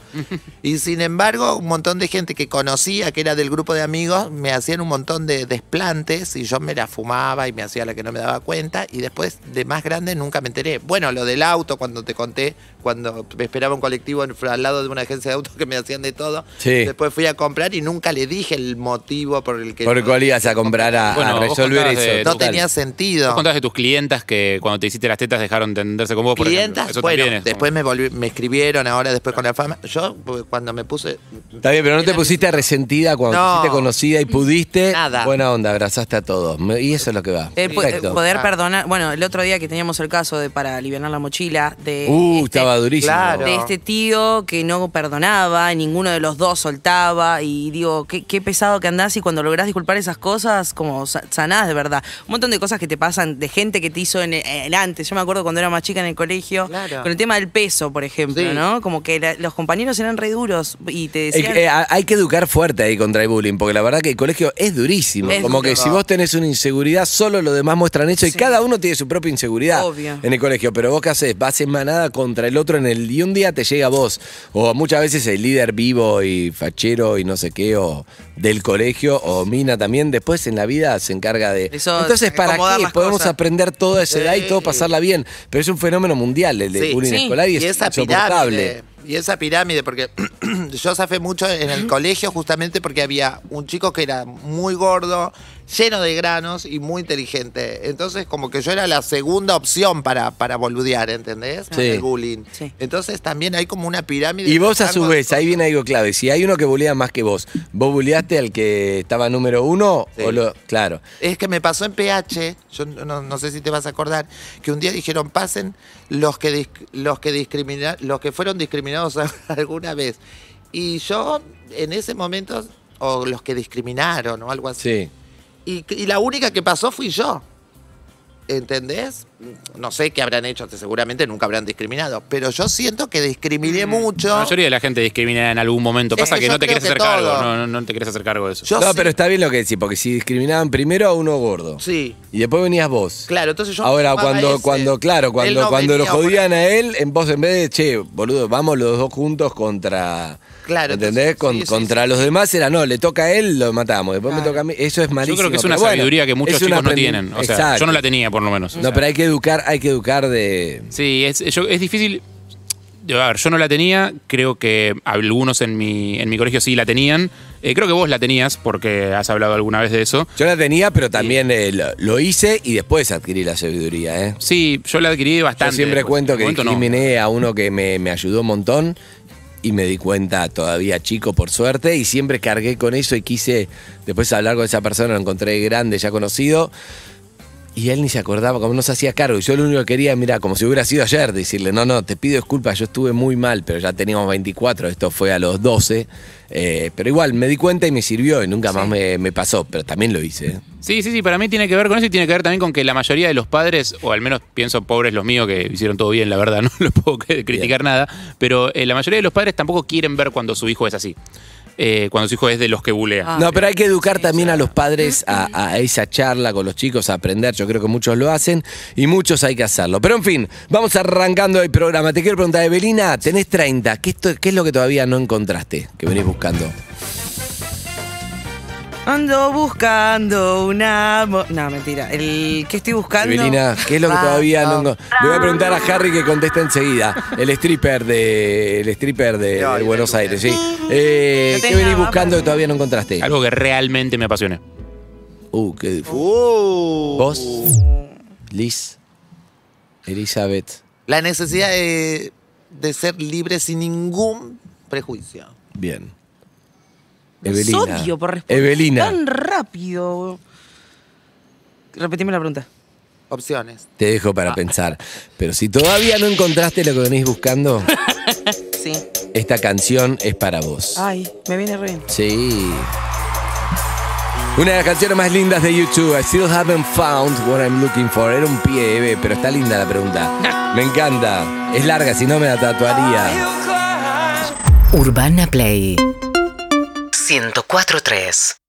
[SPEAKER 12] Y sin embargo, un montón de gente que conocía, que era del grupo de amigos, me hacían un montón de desplantes y yo me la fumaba y me hacía la que no me daba cuenta. Y después, de más grande, nunca me enteré. Bueno, lo del auto, cuando te conté, cuando me esperaba un colectivo en- al lado de una agencia de autos que me hacían de todo.
[SPEAKER 10] Sí.
[SPEAKER 12] Después fui a comprar y nunca le dije el motivo por el que.
[SPEAKER 10] Por el cual ibas a comprar a, a
[SPEAKER 6] Bueno, vos
[SPEAKER 10] resolver
[SPEAKER 6] contabas
[SPEAKER 10] eso.
[SPEAKER 6] de-
[SPEAKER 12] No
[SPEAKER 6] total.
[SPEAKER 12] tenía sentido.
[SPEAKER 6] Vos contabas de tus clientas que cuando te hiciste las tetas dejaron de entenderse con vos, por
[SPEAKER 12] Clientas,
[SPEAKER 6] ejemplo. Eso
[SPEAKER 12] bueno,
[SPEAKER 6] también es como-
[SPEAKER 12] después me, volví- me escribieron ahora, después con la fama. Yo, cuando me puse,
[SPEAKER 10] Está bien, pero no te pusiste resentida cuando
[SPEAKER 12] No.
[SPEAKER 10] te hiciste conocida y pudiste.
[SPEAKER 2] Nada.
[SPEAKER 10] Buena onda, abrazaste a todos. Me- Y eso es lo que va.
[SPEAKER 2] Eh, po-
[SPEAKER 12] pues,
[SPEAKER 2] eh,
[SPEAKER 10] Perfecto.
[SPEAKER 12] Ah.
[SPEAKER 2] poder perdonar. Bueno, el otro día que teníamos el caso de para aliviar la mochila de.
[SPEAKER 12] eh,
[SPEAKER 10] Uh, estaba durísimo.
[SPEAKER 2] De este tío que no perdonaba, ninguno de los dos soltaba. Y digo, qué, qué pesado que andás y cuando lográs disculpar esas cosas, como sa- sanás de verdad. Un montón de cosas que te pasan, de gente que te hizo en el, en antes. Yo me acuerdo cuando era más chica en el colegio, con el tema del peso, por ejemplo,
[SPEAKER 10] Sí.
[SPEAKER 2] ¿no? Como que la- los compañeros eran re duros y te
[SPEAKER 10] Eh,
[SPEAKER 2] decían.
[SPEAKER 10] eh, a- hay que educar fuerte ahí contra el bullying, porque la verdad que el colegio es durísimo.
[SPEAKER 2] Es
[SPEAKER 10] Como
[SPEAKER 2] duro.
[SPEAKER 10] que si vos tenés una inseguridad, solo los demás muestran eso y cada uno tiene su propia inseguridad
[SPEAKER 2] Obvio.
[SPEAKER 10] en el colegio. Pero vos qué haces, vas en manada contra el otro en el y un día te llega a vos. O muchas veces el líder vivo y fachero y no sé qué, o del colegio, o mina también, después en la vida se encarga de.
[SPEAKER 2] Eso,
[SPEAKER 10] Entonces, ¿para
[SPEAKER 2] acomodar
[SPEAKER 10] qué?
[SPEAKER 2] las
[SPEAKER 10] Podemos
[SPEAKER 2] cosas.
[SPEAKER 10] aprender toda esa edad y todo pasarla bien. Pero es un fenómeno mundial el de
[SPEAKER 12] Sí.
[SPEAKER 10] bullying
[SPEAKER 12] Sí.
[SPEAKER 10] escolar y,
[SPEAKER 12] Y
[SPEAKER 10] es
[SPEAKER 12] esa
[SPEAKER 10] insoportable.
[SPEAKER 12] pirámide. Y esa pirámide, porque [CLEARS THROAT] yo zafé mucho en el [CLEARS THROAT] colegio justamente porque había un chico que era muy gordo, lleno de granos y muy inteligente. Entonces, como que yo era la segunda opción para, para boludear, ¿entendés? Con
[SPEAKER 10] Sí.
[SPEAKER 12] El bullying. Entonces, también hay como una pirámide.
[SPEAKER 10] Y vos
[SPEAKER 12] de
[SPEAKER 10] a su
[SPEAKER 12] rangos.
[SPEAKER 10] vez, ahí viene algo clave. Si hay uno que bulea más que vos, ¿vos buleaste al que estaba número uno? O lo, claro.
[SPEAKER 12] Es que me pasó en PH, yo no, no sé si te vas a acordar, que un día dijeron pasen los que dis- los que discrimina- los que fueron discriminados [LAUGHS] alguna vez. Y yo en ese momento o los que discriminaron o algo así. Y, y la única que pasó fui yo. ¿Entendés? No sé qué habrán hecho, seguramente nunca habrán discriminado, pero yo siento que
[SPEAKER 10] Mm.
[SPEAKER 12] discriminé mucho.
[SPEAKER 6] La mayoría de la gente discrimina en algún momento. Pasa
[SPEAKER 12] Es que
[SPEAKER 6] que
[SPEAKER 12] yo
[SPEAKER 6] no te
[SPEAKER 12] creo
[SPEAKER 6] querés
[SPEAKER 12] que
[SPEAKER 6] hacer
[SPEAKER 12] todo.
[SPEAKER 6] cargo. No, no- no te querés hacer cargo de eso.
[SPEAKER 10] no, pero está bien lo que decís, porque si discriminaban primero a uno gordo.
[SPEAKER 12] Sí.
[SPEAKER 10] Y después venías vos.
[SPEAKER 12] Claro, entonces yo
[SPEAKER 10] Ahora,
[SPEAKER 12] sumaba
[SPEAKER 10] cuando,
[SPEAKER 12] ese.
[SPEAKER 10] cuando, claro, cuando,
[SPEAKER 12] no
[SPEAKER 10] cuando lo
[SPEAKER 12] venía,
[SPEAKER 10] jodían a él, en vos en vez de, che, boludo, vamos los dos juntos contra.
[SPEAKER 12] Claro.
[SPEAKER 10] ¿Entendés? Con- contra los demás era, no, le toca a él, lo matamos. Después me toca a mí. Eso es malísimo.
[SPEAKER 6] Yo creo que es una
[SPEAKER 10] pero bueno,
[SPEAKER 6] sabiduría que muchos
[SPEAKER 10] es un
[SPEAKER 6] chicos no
[SPEAKER 10] aprendi-
[SPEAKER 6] tienen. O sea,
[SPEAKER 10] Exacto.
[SPEAKER 6] yo no la tenía por lo menos. O
[SPEAKER 10] No,
[SPEAKER 6] sea,
[SPEAKER 10] pero hay que educar, hay que educar de.
[SPEAKER 6] Sí, es, yo- es difícil. A ver, yo no la tenía, creo que algunos en mi, en mi colegio sí la tenían. Eh, creo que vos la tenías porque has hablado alguna vez de eso.
[SPEAKER 10] Yo la tenía, pero también eh, lo, lo hice y después adquirí la sabiduría, ¿eh?
[SPEAKER 6] Sí, yo la adquirí bastante.
[SPEAKER 10] Yo siempre
[SPEAKER 6] después.
[SPEAKER 10] cuento
[SPEAKER 6] pues, En
[SPEAKER 10] que
[SPEAKER 6] el momento no.
[SPEAKER 10] discriminé a uno que me, me ayudó un montón y me di cuenta todavía chico, por suerte, y siempre cargué con eso y quise después hablar con esa persona, lo encontré grande, ya conocido. Y él ni se acordaba, como no se hacía cargo. Y yo lo único que quería, mira, como si hubiera sido ayer, decirle, no, no, te pido disculpas, yo estuve muy mal, pero ya teníamos 24, esto fue a los 12. Eh, pero igual, me di cuenta y me sirvió y nunca más me, me pasó, pero también lo hice. ¿eh?
[SPEAKER 6] Sí, sí, sí, para mí tiene que ver con eso y tiene que ver también con que la mayoría de los padres, o al menos pienso pobres los míos que hicieron todo bien, la verdad, [LAUGHS] no lo puedo cre- criticar nada, pero eh, la mayoría de los padres tampoco quieren ver cuando su hijo es así. Eh, cuando su hijo es de los que bulea.
[SPEAKER 2] Ah,
[SPEAKER 10] No, pero hay que educar también a los padres a, a esa charla con los chicos, a aprender. Yo creo que muchos lo hacen y muchos hay que hacerlo. Pero en fin, vamos arrancando el programa. Te quiero preguntar, Evelina, tenés 30. ¿Qué, esto- qué es lo que todavía no encontraste que venís buscando?
[SPEAKER 2] Ando buscando una... mo- No, mentira. El que estoy buscando...
[SPEAKER 10] Evelina, ¿qué es lo que
[SPEAKER 2] Ah,
[SPEAKER 10] todavía no
[SPEAKER 2] no. Ah.
[SPEAKER 10] encontraste? Le voy a preguntar a Harry que contesta enseguida. El stripper de, el stripper de, de Buenos Aires, sí. Eh, ¿Qué venís buscando que todavía no encontraste?
[SPEAKER 6] Algo que realmente me apasione.
[SPEAKER 10] Uh, qué difícil. ¿Vos? Liz. Elizabeth.
[SPEAKER 12] La necesidad de, de ser libre sin ningún prejuicio.
[SPEAKER 10] Bien.
[SPEAKER 2] Es
[SPEAKER 10] Evelina.
[SPEAKER 2] obvio por responder
[SPEAKER 10] Evelina.
[SPEAKER 2] tan rápido. Repetime la pregunta.
[SPEAKER 12] Opciones.
[SPEAKER 10] Te dejo para
[SPEAKER 2] Ah.
[SPEAKER 10] pensar. Pero si todavía no encontraste lo que venís
[SPEAKER 2] [LAUGHS]
[SPEAKER 10] buscando,
[SPEAKER 2] Sí.
[SPEAKER 10] esta canción es para vos.
[SPEAKER 2] Ay, me viene re bien.
[SPEAKER 10] Sí. Una de las canciones más lindas de YouTube. I still haven't found what I'm looking for. Era un pie, Eve, pero está linda la
[SPEAKER 2] [LAUGHS]
[SPEAKER 10] pregunta. Me encanta. Es larga, si no me la tatuaría.
[SPEAKER 14] Urbana Play 104.3